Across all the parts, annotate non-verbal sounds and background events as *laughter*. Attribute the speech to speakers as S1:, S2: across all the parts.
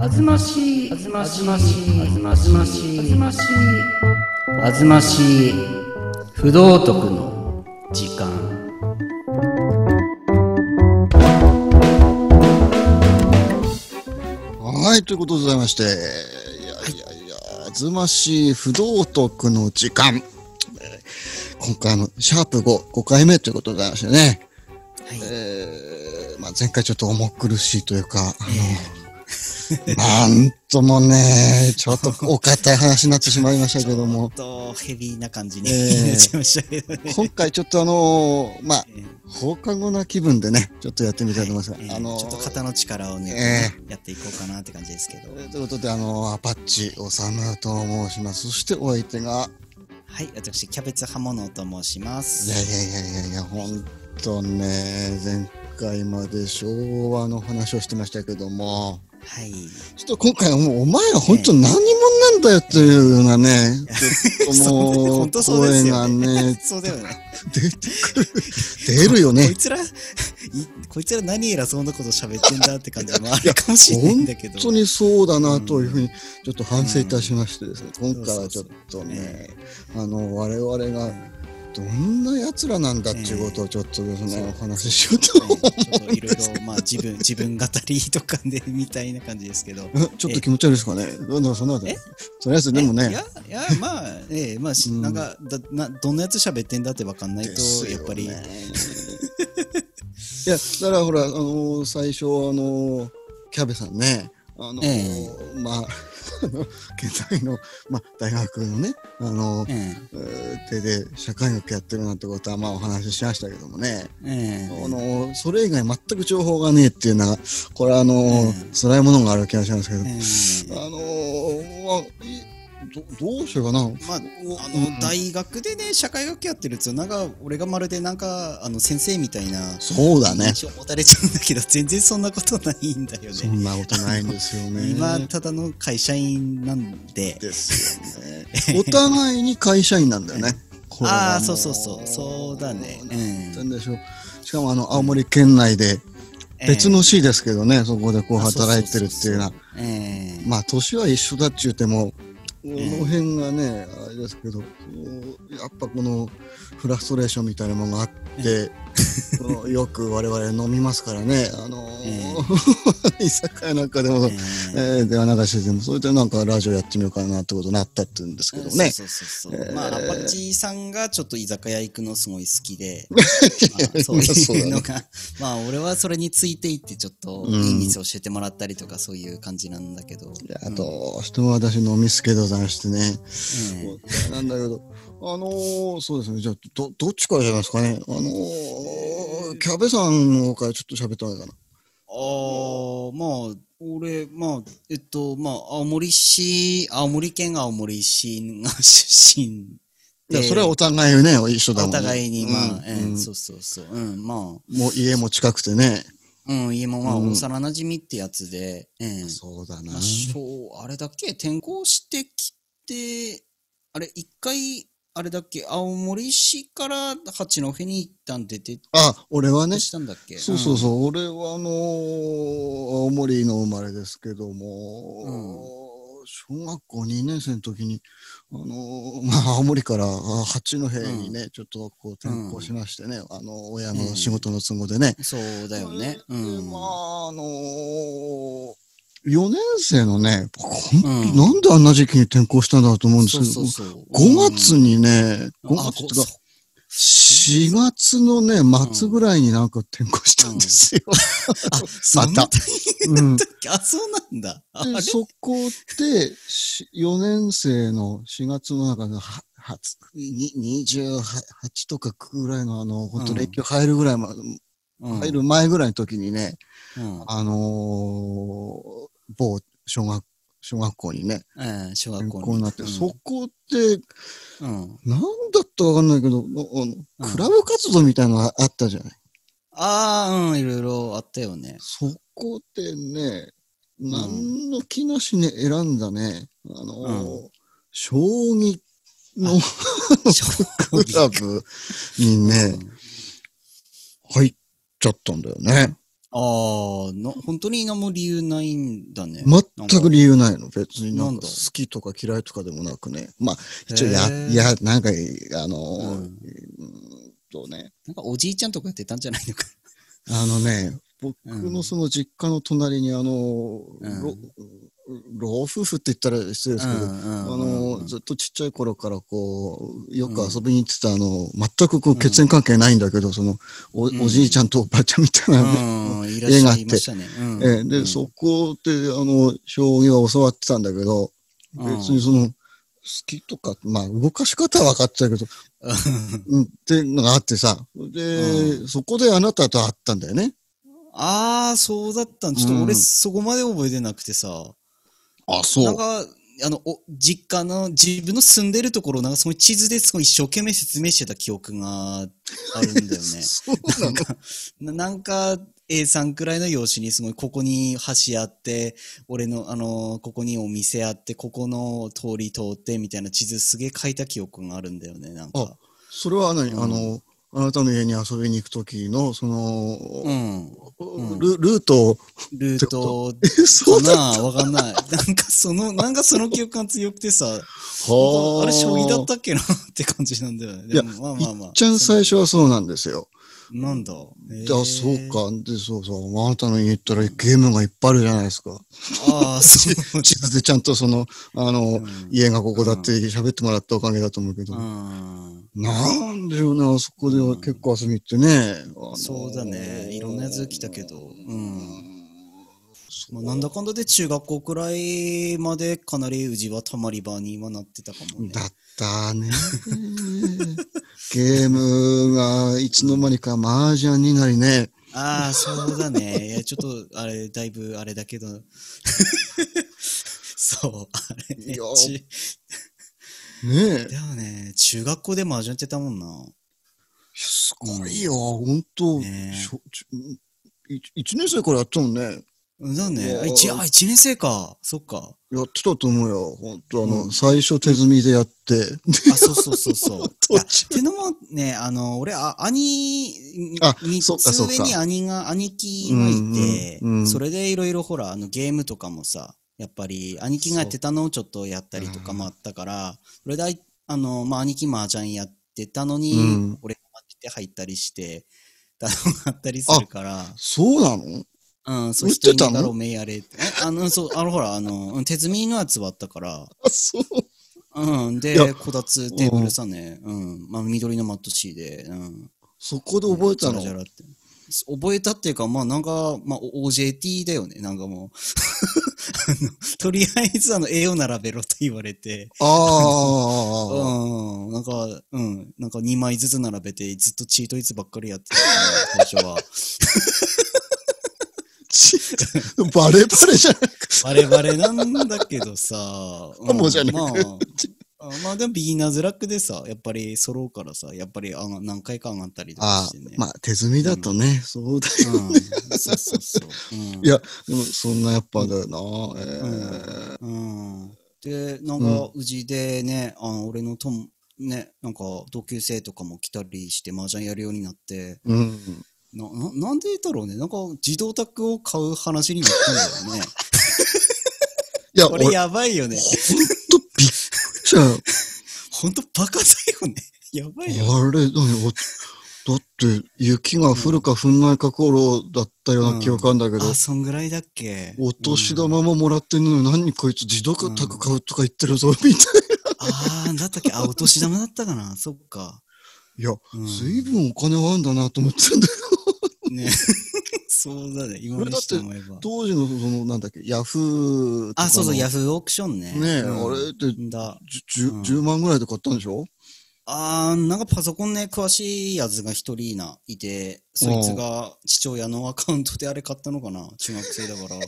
S1: あずましい、あずましい、あずましい、あずましい、あずましい、不道徳の時間。
S2: はい、ということでございまして、いやいやいや、あずましい不道徳の時間。えー今回のシャープ5、5回目ということでございましてね。
S1: はい
S2: えーまあ、前回ちょっと重苦しいというか、あの、 *laughs* なんともね、ちょっとお堅い話になってしまいましたけども、
S1: と、ヘビーな感じに
S2: えー
S1: *laughs* なっちゃいましたけどね。
S2: 今回ちょっとあのーまあ
S1: *laughs* え、ー
S2: 放課後な気分でね、ちょっとやってみたいと思いますが、
S1: えー
S2: あのー
S1: ちょっと肩の力をね、
S2: え
S1: やっていこうかなって感じですけど。
S2: えーということで、あのーアパッチ、おさむと申します。そしてお相手が、
S1: はい、私、キャベツ刃物と申しま
S2: いや
S1: す。
S2: いやいやいやいや、ほんとね、前回まで昭和の話をしてましたけども、
S1: はい。
S2: ちょっと今回はもうお前らほんと何者なんだよというようなね、ちょっと
S1: *laughs* そう *laughs*
S2: も
S1: ほ
S2: うん
S1: とそうです
S2: 声が
S1: よね
S2: ね、
S1: *laughs* そうだよね。
S2: 出るよ
S1: こい
S2: ね。
S1: つら、いこいつら何偉そうなこと喋ってんだって感じもあるかもしれないん
S2: 本
S1: だけど。
S2: 当にそうだなというふうにちょっと反省いたしましてですね、
S1: ん
S2: 今回はちょっとね
S1: そ、
S2: あの、我々がどんな奴らなんだっていうことをちょっとです
S1: え
S2: ね
S1: え、
S2: お話ししようと思う。
S1: ちょっといろいろ、まあ、自分、自分語りとかで、みたいな感じですけど。
S2: *laughs* えちょっと気持ち悪いですかね。どんどんそんなことない
S1: え
S2: とりあえずでも
S1: い
S2: ね、
S1: や、いや、まあ、ええ、まあ、し
S2: うん
S1: なんか、だ、な、どんなやつ喋ってんだってわかんない
S2: で
S1: と
S2: す、よ
S1: やっぱり。
S2: ね
S1: はい
S2: や、だからほら、あのー最初、あのーキャベさんね、あのー
S1: え
S2: まあ、 *laughs* あの現在の、まあ、大学のね、あのー
S1: え
S2: えー手で社会学やってるなんてことは、まあ、お話ししましたけどもね、
S1: え、え
S2: あのーそれ以外全く情報がねえっていうのは、これはあのー
S1: え
S2: 辛いものがある気がしますけど、
S1: え、ええ。
S2: あのーまあ、いどどうしようかな。
S1: まあ、あ
S2: う
S1: の
S2: ん
S1: 大学でね社会学やってるとなんか俺がまるでなんかあの先生みたいな
S2: そうだね。
S1: 印象を持たれちゃうんだけど全然そんなことないんだよ
S2: そ
S1: ね。
S2: んなことないんですよね。
S1: 今ただの会社員なんで
S2: ですよね。お互いに会社員なんだよね。これはも
S1: ああそうそうそうそうだね。う
S2: なんんでしょう。しかもあの青森県内で別の市ですけどね、そこでこう働いてるっていうのは、
S1: ええ
S2: まあ年は一緒だっちゅうても、こ
S1: え
S2: の辺がね、あれですけど、こうやっぱこのフラストレーションみたいなものがあって、このよく我々飲みますからね、あのー *laughs*
S1: え
S2: 居酒屋なんかでも、
S1: ええ
S2: えー、では流してでもそれでなんかラジオやってみようかなってことになったって言うんですけどね。
S1: そうそうそうそう、
S2: ええ
S1: まあアパッチさんがちょっと居酒屋行くのすごい好
S2: *laughs*
S1: きで、まあ、そう
S2: そう
S1: い
S2: だね
S1: うのが *laughs* まあ俺はそれについていってちょっと
S2: うん
S1: いい店教えてもらったりとかそういう感じなんだけど、
S2: いやどうしても私飲みすけでございましてね。
S1: ええ
S2: なんだけど、あのー、そうですね、じゃあど、どっちからじゃないですかね。あのー、キャベさんの方からちょっと喋った方がいいかな。
S1: ああ、まあ、俺、まあ、えっと、まあ、青森市、青森県青森市が出身
S2: いや、
S1: で、
S2: それはお互いね、一緒だも
S1: お
S2: んね。
S1: 互いに、まあ、え
S2: うん
S1: ーそうそうそう、うん、まあ、
S2: もう家も近くてね。
S1: うん、家もまあ、
S2: うん
S1: 幼馴染ってやつで、えー
S2: そうだな
S1: まあ、。そう、あれだっけ、転校してきて、あれ、一回、あれだっけ、青森市から八戸に一旦出て、
S2: あ、俺はね、
S1: したんだっけ
S2: そうそう
S1: う
S2: そう、俺はあのー青森の生まれですけども、小学校2年生の時に、あのー *laughs* まあ、青森からあ八戸にね、ちょっとこう転校しましてね、あの親の仕事の都合でね。
S1: ん。そうだよね。う
S2: で
S1: ん。
S2: まあ、あのー、4年生のね、こん
S1: うん
S2: なんであんな時期に転校したんだろうと思うんですけ
S1: そう
S2: ど、
S1: そうそう。
S2: 5月にね、
S1: うん、
S2: 5
S1: あ
S2: 月
S1: こ
S2: と
S1: そ
S2: か、4月のね、末ぐらいになんか転校したんですよ。
S1: あ、そんな
S2: ま
S1: タイ
S2: うん
S1: ミングだっけあ、そうなんだ。あ
S2: で、
S1: れ
S2: そこで、し4年生の4月の中のは初に28とか9ぐらいの、あの、ほんと、
S1: うん
S2: 列挙入るぐらいま、
S1: うん
S2: 入る前ぐらいの時にね、
S1: うん。
S2: あのー某小学、小学校にね、
S1: ええ小学
S2: 転
S1: 校
S2: 校になって、
S1: うん
S2: そこで、
S1: うん。
S2: なんだったかわかんないけど、あの
S1: うん
S2: クラブ活動みたいなのがあったじゃない。
S1: ああ、うん、いろいろあったよね。
S2: そこでね、何の気なしに選んだね、あのー将棋の *laughs*
S1: 小学校
S2: クラブにね、入っちゃったんだよね。
S1: ああ、な、本当に何も理由ないんだね。
S2: 全く理由ないの。別にな
S1: なんん
S2: か
S1: だ
S2: 好きとか嫌いとかでもなくね。まあ、一応
S1: へ
S2: や、
S1: ー
S2: いや、なんか、あのー、
S1: う
S2: うんーんとね、
S1: なんかおじいちゃんとかやってたんじゃないのか。
S2: あのね、僕
S1: う
S2: の
S1: ん
S2: その実家の隣に、あのー、
S1: うん
S2: 老老夫婦って言ったら失礼ですけど、あ
S1: あ
S2: のー、ずっとちっちゃい頃からこう、よく遊びに行ってた、あの、全くこう血縁関係ないんだけど、その、お
S1: うん
S2: おじいちゃんとおばあちゃんみたいなね、
S1: うん、いらっしゃいましたね。うん
S2: ええで、
S1: うん
S2: そこで、あの、将棋は教わってたんだけど、
S1: うん
S2: 別にその、好きとか、まあ、動かし方は分かってたけど、うん、っていうのがあってさ、で、
S1: う
S2: そこであなたと会ったんだよね。
S1: ああ、そうだったん。ちょっ
S2: うん
S1: と俺、そこまで覚えてなくてさ。
S2: あ、
S1: な
S2: そ
S1: ん。か、あの、お実家の、自分の住んでるところを、なんかその地図ですごい一生懸命説明してた記憶があるんだよ
S2: *laughs*
S1: ね。
S2: そう
S1: *laughs*
S2: なの。
S1: ななんか、A さんくらいの用紙にすごい、ここに橋あって、俺の、あの、ここにお店あって、ここの通り通って、みたいな地図すげえ書いた記憶があるんだよね、なん
S2: あ
S1: か。
S2: それは何、
S1: うん
S2: あの、あなたの家に遊びに行くときの、その、
S1: うん。うん
S2: ルルートを、
S1: ルート
S2: え、そうだ。
S1: かなわかんない。 *laughs* なんかその、なんかその記憶が強くてさ、
S2: は
S1: あれ将棋だったっけなって感じなんだよね。
S2: いや
S1: でもまあまあまあ。
S2: いっちゃん最初はそうなんですよ。
S1: なんだ。へー
S2: あ、そう。か。で、そうそう。あなたの家行ったらゲームがいっぱいあるじゃないですか。
S1: ああ、
S2: *laughs*
S1: そう
S2: 地図でちゃんとその、あの、
S1: ん
S2: 家がここだって喋ってもらったおかげだと思うけど、
S1: うん。
S2: なんでよね、あそこでは結構遊びに行ってね。あの
S1: そうだね。いろんなやつ来たけど。うん。
S2: そ
S1: まあ、なんだかんだで中学校くらいまでかなりうじはたまり場にはなってたかもね。
S2: だったね。ゲームがいつの間にか麻雀になりね。
S1: ああ、そうだね。いや、ちょっと、あれ、だいぶ、あれだけど。 *laughs* そう、あれね。
S2: いや
S1: ち
S2: ねえ。
S1: でもね、中学校で麻雀やってたもんな。
S2: すごいよ、本当、
S1: ねえ
S2: しょちい一年生からやったもんね。
S1: うんだ
S2: う
S1: ね。
S2: わ
S1: あ、一、あ、一年生か。そっか。
S2: やってたと思うよ。本当あの、
S1: うん
S2: 最初手積みでやって。
S1: あ、そうそうそ
S2: *laughs*
S1: うそう。いや
S2: 中
S1: ってのもね、あの、俺、あ兄、
S2: あ
S1: に
S2: そうかそうか
S1: 上に兄が、兄貴がいて、
S2: うんうんうん
S1: それでいろいろほら、あの、ゲームとかもさ、やっぱり、兄貴がやってたのをちょっとやったりとかもあったから、それであい、あの、まあ、兄貴麻雀やってたのに、
S2: うん
S1: 俺が混じって入ったりして、たのがあったりするから、
S2: そうなの
S1: うん、そう、
S2: 売って
S1: 人
S2: たの
S1: にだろ、めやれ。え、あの、そう、あの、ほら、あの、うん手積みのやつはあったから、
S2: あ、そう。
S1: うん、
S2: いや
S1: で、こたつテーブルさね、うん、まあ、緑のマットシーで、うん。
S2: そこで覚えたの。
S1: ジャラジャラって覚えたっていうか、まあなんか、まあお OJT だよね、なんかもう。あのとりあえずあの、絵を並べろと言われて、
S2: ああ。
S1: うん、なんか、うん、なんか2枚ずつ並べて、ずっとチートイツばっかりやってたから、最初は。
S2: ちバレバレじゃないか。
S1: バレバレなんだけ
S2: *laughs*
S1: どさ、ん
S2: もうじゃなく
S1: まあ、まあでもビギナーズラックでさ、やっぱり揃うからさ、やっぱりあが何回か上がったりとか
S2: あ
S1: してね。
S2: まあ、手積みだとね、そうだよ。
S1: うん、そうそうそう。うん
S2: *laughs* いや、でもそんなやっぱだよな。えー
S1: うんで、なん
S2: うん
S1: か、うじでね、あの俺のとも、ね、なんか、同級生とかも来たりして、麻雀やるようになって、
S2: うん。
S1: な、ななんでだろうね、なんか、自動卓を買う話になったんだよ
S2: *laughs*
S1: ね。
S2: いや、
S1: こ
S2: 俺、
S1: れ
S2: ほんと
S1: やばいよね。
S2: びっくりしたよ。
S1: ほんと、バカだよね。やばいよ。
S2: あ
S1: *laughs*
S2: れ、何おだって、雪が降るか降んないか頃だったような記憶あるんだけど、
S1: あ、そんぐらいだっけ。
S2: お年
S1: うん
S2: 玉ももらってんのに何こいつ自動化宅買うとか言ってるぞ、みたい
S1: ああ、だったっけあ、お年玉だったかな。そっか。
S2: な。いや、
S1: うん
S2: 随分お金はあんだなと思ってたんだよ。
S1: ね。 *laughs* そうだね、今にして思えば。
S2: 当時のその、なんだっけ、ヤフーとかの
S1: あ、そうそう、ヤフーオークションね。
S2: ねえ、
S1: うん
S2: あれって
S1: んだ。
S2: じゅ、
S1: うん
S2: じゅ10万ぐらいで買ったんでしょ
S1: あー、なんかパソコンね、詳しいやつが一人な、いて、そいつが父親のアカウントであれ買ったのかな中学生だ
S2: *laughs*
S1: から。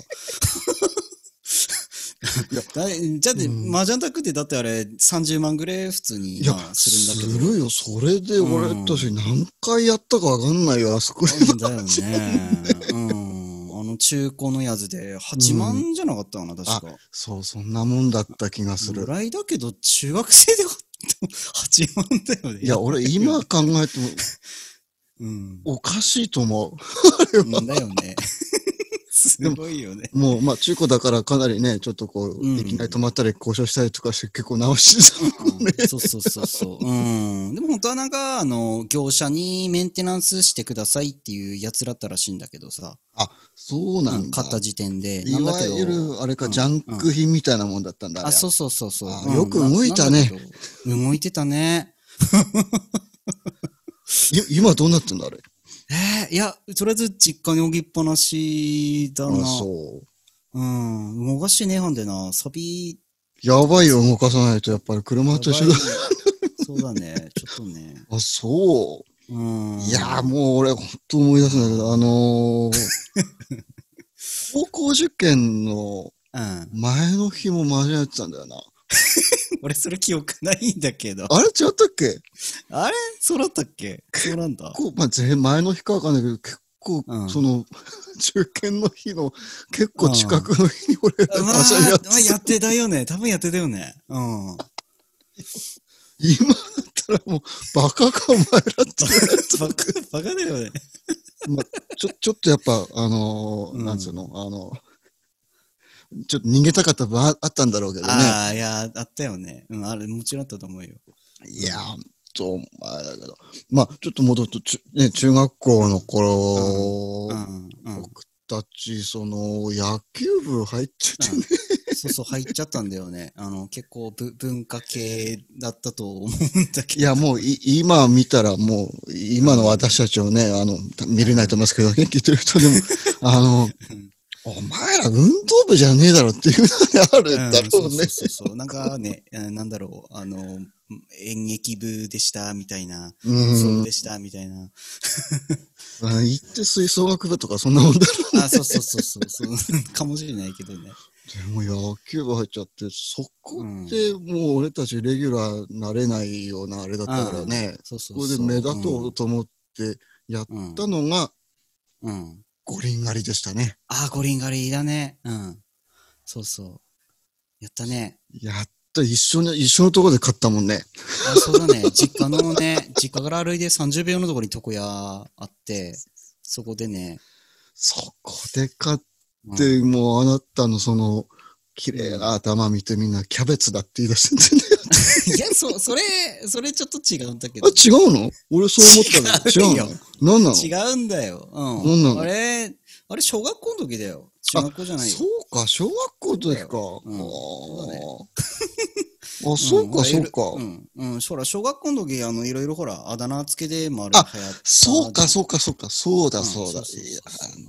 S1: *laughs* だじゃあね、
S2: うん
S1: 麻雀卓ってだってあれ30万ぐらい普通に
S2: いや
S1: まあ、す
S2: す
S1: るんだけど。
S2: るよ。それで俺、
S1: うん
S2: 私何回やったかわかんないよ、あそこで。
S1: うんだよね。うん。あの中古のやつで8万じゃなかったかな、確か。
S2: そう、そんなもんだった気がす
S1: ぐ
S2: る。
S1: らいだけど、中学生で買った8万だよね。
S2: いや、俺今考えても、
S1: うん。
S2: おかしいと思
S1: うんだよ *laughs* ね。すごいよね。
S2: う。もう、まあ、中古だからかなりね、ちょっとこう、
S1: うん
S2: いきなり止まったり交渉したりとかして結構直してたもんね。
S1: そうそうそうそう。うん。でも本当はなんか、あの、業者にメンテナンスしてくださいっていうやつだったらしいんだけどさ。
S2: そう
S1: う
S2: なん
S1: ん。
S2: だ。
S1: 買った時点で。
S2: いわゆ
S1: なんだけど。
S2: る、あれ
S1: う
S2: か、
S1: ん
S2: ジャンク品みたいなもんだったんだ。。
S1: あ、そううそうそうそう
S2: あ。
S1: うん
S2: よく動いたね。
S1: ななんだけど動いてたね。
S2: い今どうなってんだ、あれ。
S1: えー、いや、とりあえず実家に置きっぱなしだ
S2: あ
S1: な。
S2: そう。
S1: うん。動かしてねえはんでな。サビ
S2: やばいよ、動かさないと、やっぱり車と一緒だ
S1: や。ばい *laughs* そうだね。ちょっとね。
S2: あ、そう。
S1: うん。
S2: いやーもう俺、本当思い出すんだけど、あのー、高校受験の
S1: うん。
S2: 前の日も間違えてたんだよな。
S1: 俺、それ記憶ないんだけど。
S2: あれ違ったっけ
S1: あれそうだったっけそうなんだ。
S2: こう、まあ、前前の日かわかんないけど、結構、
S1: うん
S2: その、 *laughs* 受験の日の、結構近くの日に俺、
S1: まあ、ま
S2: 間違えて
S1: あ、やってたよね。多分やってたよね。うん。 *laughs*
S2: 今だったらもう、バカかお前らって。
S1: バカ、バカだよね。
S2: まあ、ちょ、 *laughs* ちょっとやっぱ、あのー
S1: うん
S2: なんつうの、あのちょっと逃げたかった部分ああったんだろうけどね。
S1: ああ、いや、あったよね。うん、あれ、もちろんあったと思うよ。
S2: いやー、と、あれだけど。まあ、ちょっと戻ると、ちゅね、中学校の頃、
S1: うん、うん。
S2: 僕たち、その、野球部入っててね、
S1: そうそう、入っちゃったんだよね。あの、結構ぶ、文化系だったと思うんだけど。
S2: いや、もう、い今見たら、もう、今の私たちをね、あの、見れないと思いますけど、ね、聞いてる人で
S1: *laughs*
S2: も、あの、お前ら運動部じゃねえだろっていうのがあるんだろう
S1: うん
S2: ね
S1: *laughs* そう。そうそうそう。なんかね、うんなんだろう、あの、演劇部でした、みたいな。そううんで。した、みたいな。
S2: あ行って吹奏楽部とか、そんなもんだろ
S1: あ、そうそうそうそうそう。 *laughs* かもしれないけどね。
S2: でも野球部入っちゃって、そこでもう俺たちレギュラーなれないようなあれだったからね、
S1: そう
S2: そ
S1: そ
S2: う
S1: そ
S2: こ
S1: う。
S2: で目立とうと思ってやっ
S1: うん。うん
S2: たのが
S1: うん。
S2: 五輪狩りでしたね。
S1: あー、五輪狩りだね。うん。そうそう。やったね。
S2: やっと一緒に、一緒のところで買ったもんね。
S1: あ、そうだね。実家のね、実家から歩いて30秒のところに床屋あって、そこでね。
S2: そこで買っ
S1: うん
S2: て、もうあなたのその、綺麗な頭見てみんなキャベツだって言い出しててね。
S1: いや、そ、それ、それちょっと *laughs* 違うんだけ
S2: あ、
S1: ど。
S2: 違うの俺そう思ったの。 *laughs* 違
S1: 違
S2: う
S1: うよ
S2: の何なの
S1: 違うんだよ。う
S2: 何なの
S1: ん。あれ、あれ、小学校の時だよ。中学校じゃないよ
S2: そ。うか、小学校の時か。
S1: うんそうだね
S2: あ、そうか、
S1: ん
S2: そうか。
S1: うん。うん。ほら、小学校の時、あの、いろいろほら、あだ名つけでもある。
S2: あ
S1: 流行った
S2: そうか、そうか、そうか、そうだ、
S1: うん
S2: そうだ。
S1: そうそう
S2: いや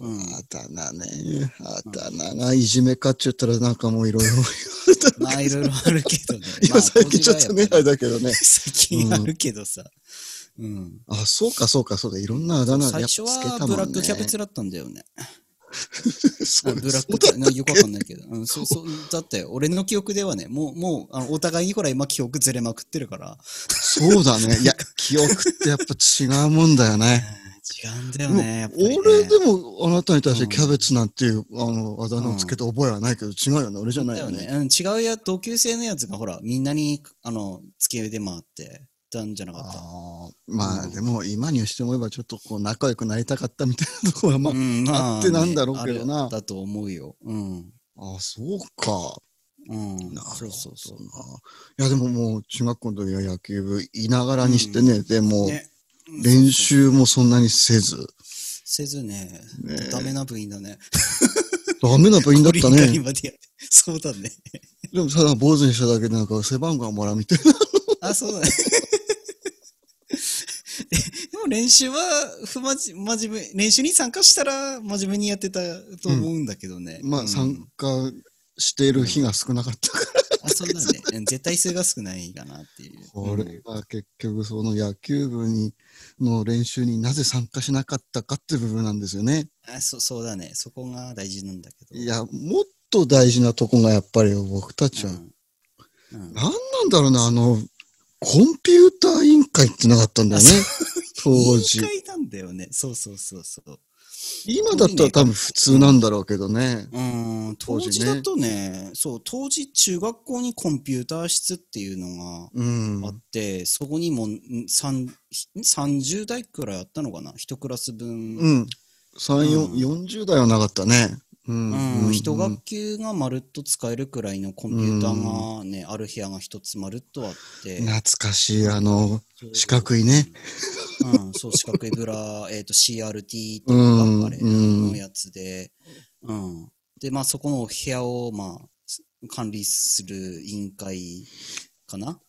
S1: ううん
S2: あだ名ね。あだ名がいじめかって言ったらなんかもういろいろ。
S1: *laughs* まあ、いろいろあるけ
S2: *laughs*
S1: どね。
S2: い
S1: まあ
S2: や、最近ちょっとね、あれだけどね。
S1: 最近あるけどさ。うん。
S2: あ、そうか、そうか、そうだ。いろんなあだ名
S1: 最
S2: やっぱ
S1: 初
S2: つけた
S1: は
S2: もんね。
S1: ブラックキャベツだったんだよね。
S2: *laughs* そ
S1: あ
S2: う
S1: ブ
S2: で
S1: ラ
S2: す。
S1: ックキャベツ。よくわかんないけど。うん、そう、そう、だって、俺の記憶ではね、もう、もう、あのお互いにこれ今記憶ずれまくってるから。
S2: そうだね。いや、記憶ってやっぱ違うもんだよね。
S1: 違うんだよね、やっぱりね
S2: 俺でもあなたに対してキャベツなんていう、あの、あだ名をつけた覚えはないけど、違うよね。俺じゃない
S1: だ
S2: よ
S1: よ
S2: ね
S1: ね。。うん、違うや、同級生のやつがほら、みんなに、あの、付き合いで回って、たんじゃなかった。
S2: あーまあ、
S1: うん
S2: でも今にして思えばちょっとこう仲良くなりたかったみたいなところはまあ、
S1: うん、
S2: あってなんだろうけどな
S1: あるだと思うよ。うん。
S2: あそうか
S1: うん。
S2: なるほ
S1: そ
S2: ど
S1: うそうそう。
S2: ないやでももう中学校の時は野球部いながらにしてね、でも
S1: ね
S2: 練習もそんなにせず、
S1: せずね、
S2: ねえ
S1: ダメな部員だね。
S2: ダメな部員だった
S1: *laughs* ゴリン狩り
S2: ね
S1: までやってそうだね。
S2: でもただ坊主にしただけでなんか背番号がもらうみたいな
S1: あ、そうだね。 *laughs* でも練習は不真面真面目、練習に参加したら真面目にやってたと思うんだけどね。
S2: ま
S1: う
S2: あ
S1: ん
S2: 参加している日が少なかったから、
S1: あ、そうだね。うん絶対数が少ないかなっていう。
S2: こ *laughs* れは結局その野球部にの練習になぜ参加しなかったかっていう部分なんですよね
S1: あそそうだね。そこが大事なんだけど。
S2: いや、もっと大事なとこがやっぱり僕たち
S1: う
S2: は、
S1: ん、う
S2: なん
S1: ん
S2: なんだろうな、あの、コンピ
S1: *laughs*
S2: ューター委員会ってなかったんだよね
S1: あ、
S2: 当時
S1: 委員。会なんだよね。そうそうそうそう。
S2: 今だったら多分普通なんだろうけどね。
S1: うん、当
S2: 当時ね
S1: 時だとね、そう、当時中学校にコンピューター室っていうの
S2: うん
S1: があ。って、そこにもん3 30代くらいあったのかな一クラス分。
S2: うん。3、
S1: う
S2: 4、
S1: ん
S2: 40代はなかったね。うん。
S1: う、
S2: うんん
S1: 一学級がまるっと使えるくらいのコンピューターがね、ある部屋が一つまるっとあって。
S2: 懐かしい、あの、
S1: そう
S2: 四角いね。
S1: うん、そう、四角いブラ、えっ、と、CRT とか、
S2: うん
S1: あれ
S2: うん
S1: のやつで、うん。で、まあ、そこのお部屋を、まあ、す管理する委員会かな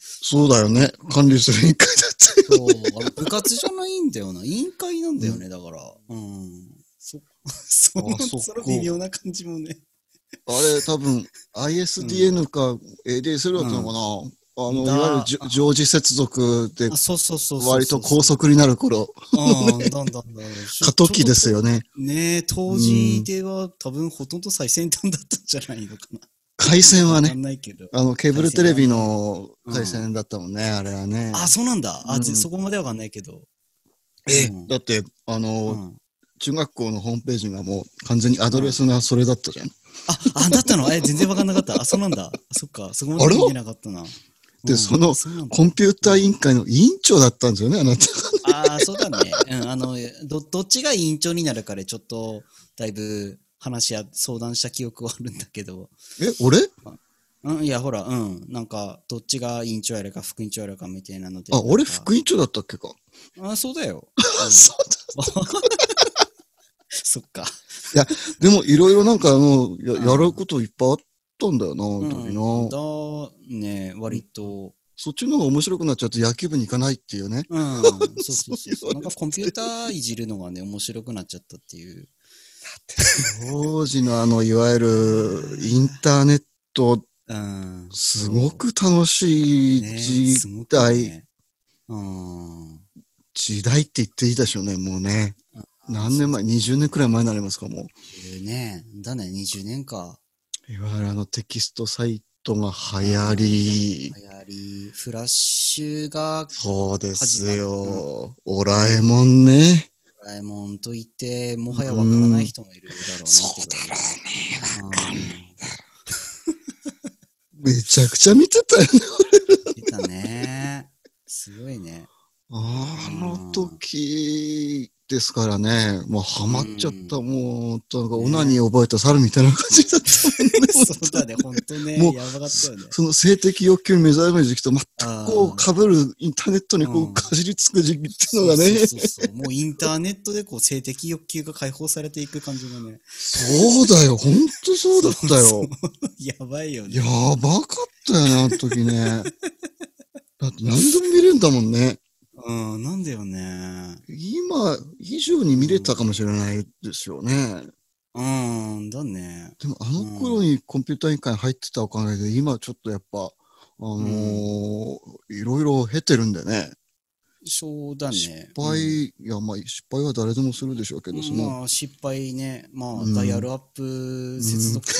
S2: そうだよね。管理する委員会だって。
S1: そう、あれ部活じゃないんだよな。委員会なんだよね、だから。うん。そ、その、
S2: あそっか
S1: その微妙な感じもね。
S2: あれ、多分 ISDN か ADSL だったのかな、あの、い
S1: だ
S2: わゆるじょ常時接続で
S1: あ、そうそうそうそうそう。
S2: 割と高速になる頃、
S1: うん、だんだんだん。
S2: 過渡期ですよね。
S1: ねえ、当時では多分ほとんど最先端だったんじゃないのかな。
S2: 回線は
S1: わか
S2: ね、
S1: んないけど。
S2: あの、ケーブルテレビの
S1: 回
S2: 回
S1: 線
S2: 線だったもんね、あれはね。
S1: あ、そうなんだ。あ、ぜ
S2: うん
S1: そこまではわかんないけど。
S2: え
S1: うん
S2: だって、あの、
S1: うん
S2: 中学校のホームページがもう完全にアドレスがそれだったじゃん。
S1: あ、あ、だったのえ、全然わかんなかった。あ、そうなんだ。そっか、そこま
S2: あれ
S1: で見てなかったな。
S2: で
S1: うん
S2: その
S1: うなんだ
S2: コンピューター委員会の委員長だったんですよね、あなた。
S1: あー、そうだね。うん、あの、ど、どっちが委員長になるかで、ちょっと、だいぶ、話や、相談した記憶はあるんだけど。
S2: え、俺
S1: うん、いや、ほら、うん。なんか、どっちが委員長やるか、副委員長やるかみたいなので。
S2: あ、俺
S1: なんか
S2: 副委員長だったっけか。
S1: あ、そうだよ。うん
S2: そうだ。
S1: そっか。
S2: でも、いろいろなんか、あの、や
S1: うん
S2: やることいっぱいあったんだよな、本当にな。
S1: だね、割と。
S2: そっちの方が面白くなっちゃうと野球部に行かないっていうね。
S1: うん、そうそうそ
S2: *laughs*
S1: うそう。なんかコンピューターいじるのがね、面白くなっちゃったっていう。
S2: 当時のあの、いわゆるインターネット、
S1: うん。
S2: すごく楽しい
S1: ね
S2: 時
S1: すごく
S2: 代、
S1: ねうん。
S2: 時代って言っていいでしょうね、もうね
S1: あ。
S2: 何年前 ?20 年くらい前になりますか、もう。
S1: 10年。だね、20年か。
S2: いわゆるあのテキストサイトが流行り、
S1: 流行り、フラッシュが、
S2: そうです
S1: 始ま
S2: よ。オラえもんね。
S1: ドラえもんと言って、もはやわからない人もいるだろうな。そうだろうね。
S2: めちゃくちゃ見てたよね。
S1: うん。出たね。すごいね。
S2: あの時ですからね、もうハマっちゃった、
S1: うん
S2: もう、なんか
S1: ね
S2: オナニー覚えた猿みたいな感じだったもんね
S1: そうだね、ほんとね。
S2: もう
S1: やばかったよ *laughs* ね。
S2: その性的欲求に目覚める時期と全く
S1: あー
S2: こう被るインターネットにこ
S1: うん
S2: うかじりつく時期っていうのがね、
S1: そうそうそうそう。もうインターネットでこう性的欲求が解放されていく感じがね。
S2: そうだよ、ほんとそうだった
S1: そ
S2: よ
S1: う。 *laughs* やばいよね。
S2: やばかったよね、あの時ね。だって何でも見れるんだもんね。
S1: うん、なんだよね。
S2: 今以上に見れたかもしれないですよね。
S1: うん、だね。
S2: でもあの頃にコンピューター委員会入ってたおかげで、今ちょっとやっぱ、あのーいろいろ経てるんでね。
S1: そうだね。
S2: 失敗、いや、まあ失敗は誰でもするでしょうけ
S1: う
S2: ど、そ
S1: ん、
S2: の、
S1: まあ、失敗ね。まあ、
S2: うん
S1: ダイヤルアップ接続
S2: *laughs*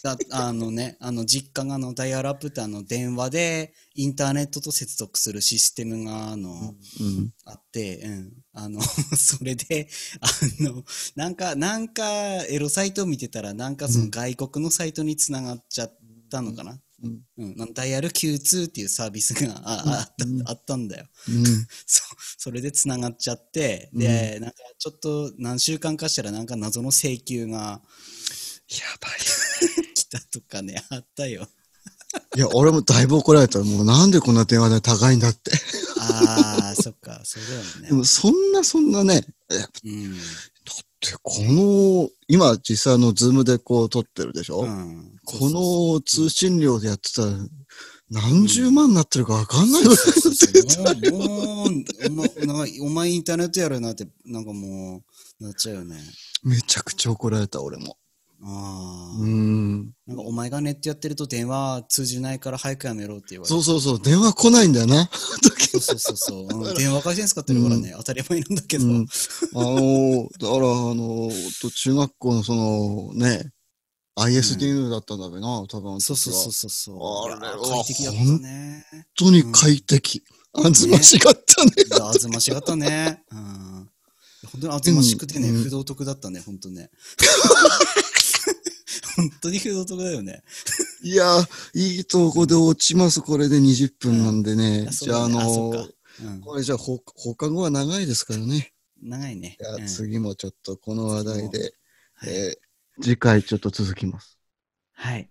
S1: だ、あのね、あの、実家があの、ダイヤルアップってあの、電話でインターネットと接続するシステムが、あの、
S2: うん。
S1: あって、うん。あの、 *laughs* それで、あの、なんか、なんか、エロサイトを見てたら、なんかその外国のサイトにつながっちゃったのかな。
S2: うん
S1: うん。なんダイヤル Q2 っていうサービスがあああっ
S2: うん
S1: たあったんだよ。
S2: うん。
S1: そそれでつながっちゃって、で、なんかちょっと何週間かしたらなんか謎の請求が
S2: ばい。
S1: *laughs* 来たとかね、あったよ。
S2: いや、俺もだいぶ怒られた。もうなんでこんな電話代高いんだ
S1: *laughs*
S2: って。
S1: ああ、そっか、そうだ
S2: で
S1: よね。
S2: もそんなそんなね、
S1: う
S2: だ
S1: ん。
S2: ってこの、今実際あのズームでこう撮ってるでしょ、
S1: うん、
S2: この通信量でやってたら何十万になってるかわかんないよ、
S1: もう、もうお前なんか、お前インターネットやるなって、なんかもう、なっちゃうよね。
S2: めちゃくちゃ怒られた俺も。
S1: ああ、
S2: うん。
S1: なんかお前がネットやってると電話通じないから早くやめろって言われて。
S2: そうそうそう、電話来ないんだよな。
S1: そうそうそうそう、うん *laughs* 電話回線使ってるからね、当たり前なんだけど。
S2: うんあの、だから、あの、と中学校のその、ね、ISDN だったんだべな、多分あの時は。
S1: そうそうそうそうそう。
S2: あれ
S1: いや
S2: は
S1: 快適だったね。
S2: 本当に快適。あずましかったね。
S1: いや、あずましがったね。うん。本当に厚ましくてね、
S2: うん
S1: 不道徳だったね、本当 *laughs* ね。本当に不道徳だよね。
S2: いやー、いいとこで落ちます。これで20分なんでね。
S1: あそう
S2: じゃあ、
S1: だ
S2: あ
S1: ね
S2: の
S1: そ
S2: ー
S1: っかうん、
S2: これじゃあ、ほ放課後は長いですからね。
S1: 長いね。
S2: じゃあ
S1: うん
S2: 次もちょっとこの話題で、
S1: はい
S2: えー次回ちょっと続きます。
S1: はい。